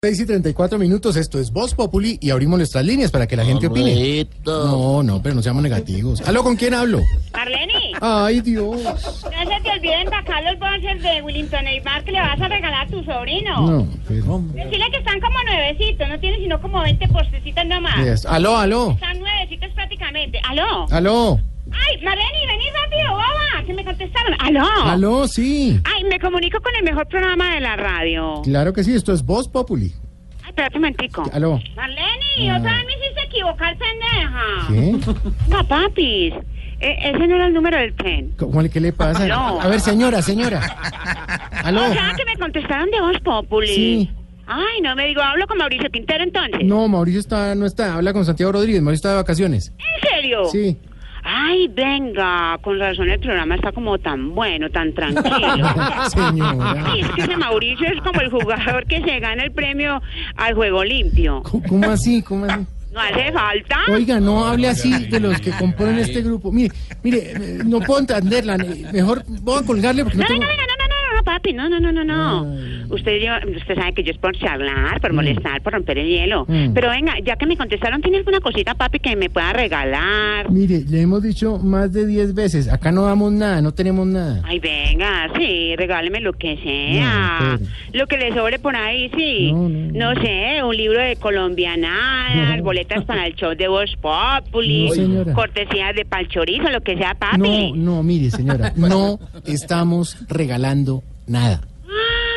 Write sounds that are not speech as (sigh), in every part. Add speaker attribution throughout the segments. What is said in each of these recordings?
Speaker 1: 6 y 34 minutos, esto es Voz Populi y abrimos nuestras líneas para que la gente opine. No, no, pero no seamos negativos. ¿Aló, con quién hablo?
Speaker 2: Marlene,
Speaker 1: Ay, Dios.
Speaker 2: no se te olviden para Carlos Bonser de Willington Neymar que le vas a regalar a tu sobrino.
Speaker 1: No, pues, pero...
Speaker 2: Decirle que están como nuevecitos, no tienen sino como 20 postecitas nomás.
Speaker 1: Yes. Aló, aló,
Speaker 2: Están nuevecitos prácticamente. ¿Aló?
Speaker 1: aló,
Speaker 2: Ay, Marlene, vení rápido, boba, que me contestaron. ¿Aló?
Speaker 1: aló, sí.
Speaker 2: Ay, me comunico con el mejor programa de la radio.
Speaker 1: Claro que sí, esto es Voz Populi.
Speaker 2: Ay, espérate un momentico.
Speaker 1: Aló.
Speaker 2: Marlene,
Speaker 1: Ah.
Speaker 2: otra vez me hiciste equivocar, pendeja.
Speaker 1: ¿Qué?
Speaker 2: No, papis, e- ese no era el número del tren.
Speaker 1: ¿Cómo le- ¿Qué le pasa?
Speaker 2: Aló.
Speaker 1: A ver, señora, señora. Aló.
Speaker 2: O sea, que me contestaron de Voz Populi.
Speaker 1: Sí.
Speaker 2: Ay, no me digo, hablo con Mauricio Quintero entonces.
Speaker 1: No, Mauricio está, no está. Habla con Santiago Rodríguez. Mauricio está de vacaciones.
Speaker 2: ¿En serio?
Speaker 1: Sí.
Speaker 2: Ay, venga, con razón el programa está como tan bueno, tan
Speaker 1: (laughs)
Speaker 2: tranquilo.
Speaker 1: Señora.
Speaker 2: Ay, es que ese Mauricio es como el jugador que se gana el premio al juego limpio.
Speaker 1: ¿Cómo- ¿Cómo así? ¿Cómo así?
Speaker 2: ¿No hace falta?
Speaker 1: Oiga, no hable así de los que componen este grupo. Mire, mire, eh, no puedo entenderla. eh, Mejor voy a colgarle porque no
Speaker 2: No,
Speaker 1: tengo...
Speaker 2: venga, venga, no, no, no, no, papi, no, no, no, no, no. Usted, yo- usted sabe que yo es por charlar, por molestar, por romper el hielo.
Speaker 1: Mm.
Speaker 2: Pero venga, ya que me contestaron, ¿tiene alguna cosita, papi, que me pueda regalar?
Speaker 1: Mire, le hemos dicho más de 10 veces. Acá no damos nada, no tenemos nada.
Speaker 2: Ay, venga, sí, regáleme lo que sea.
Speaker 1: No, espere.
Speaker 2: lo que le sobre por ahí, sí.
Speaker 1: No, no,
Speaker 2: sé, un libro de colombiana,
Speaker 1: No.
Speaker 2: boletas para el show de Voz Populi,
Speaker 1: No, señora.
Speaker 2: cortesías de palchorizo, lo que sea,
Speaker 1: No,
Speaker 2: papi.
Speaker 1: no, mire, señora. No estamos regalando nada.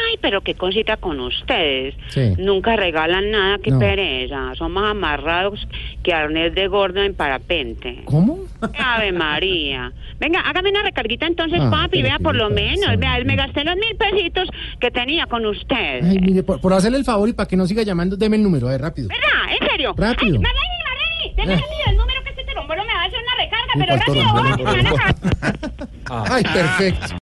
Speaker 2: Ay, pero qué cosita con ustedes.
Speaker 1: Sí.
Speaker 2: Nunca regalan nada, qué
Speaker 1: No.
Speaker 2: pereza. Son más amarrados que arnés de gordo en parapente.
Speaker 1: ¿Cómo?
Speaker 2: Ave María. Venga, hágame una recarguita entonces,
Speaker 1: Ah,
Speaker 2: papi,
Speaker 1: pero
Speaker 2: vea
Speaker 1: qué
Speaker 2: por lo
Speaker 1: le pasa,
Speaker 2: menos. Vea, me
Speaker 1: hombre.
Speaker 2: gasté los mil pesitos que tenía con usted.
Speaker 1: Ay, mire, por, por hacerle el favor y para que no siga llamando, deme el número, a ver, rápido.
Speaker 2: ¿Verdad? ¿En serio?
Speaker 1: Rápido.
Speaker 2: Ay, Marlene, Marlene, deme
Speaker 1: Eh.
Speaker 2: rápido el número que este trombolo me va a hacer una recarga,
Speaker 3: Sí,
Speaker 2: pero
Speaker 3: pastor,
Speaker 1: (laughs)
Speaker 3: Marlene,
Speaker 2: rápido, vos, que me van a
Speaker 1: Ah,
Speaker 3: Marlene.
Speaker 2: sacar.
Speaker 1: Ay, perfecto.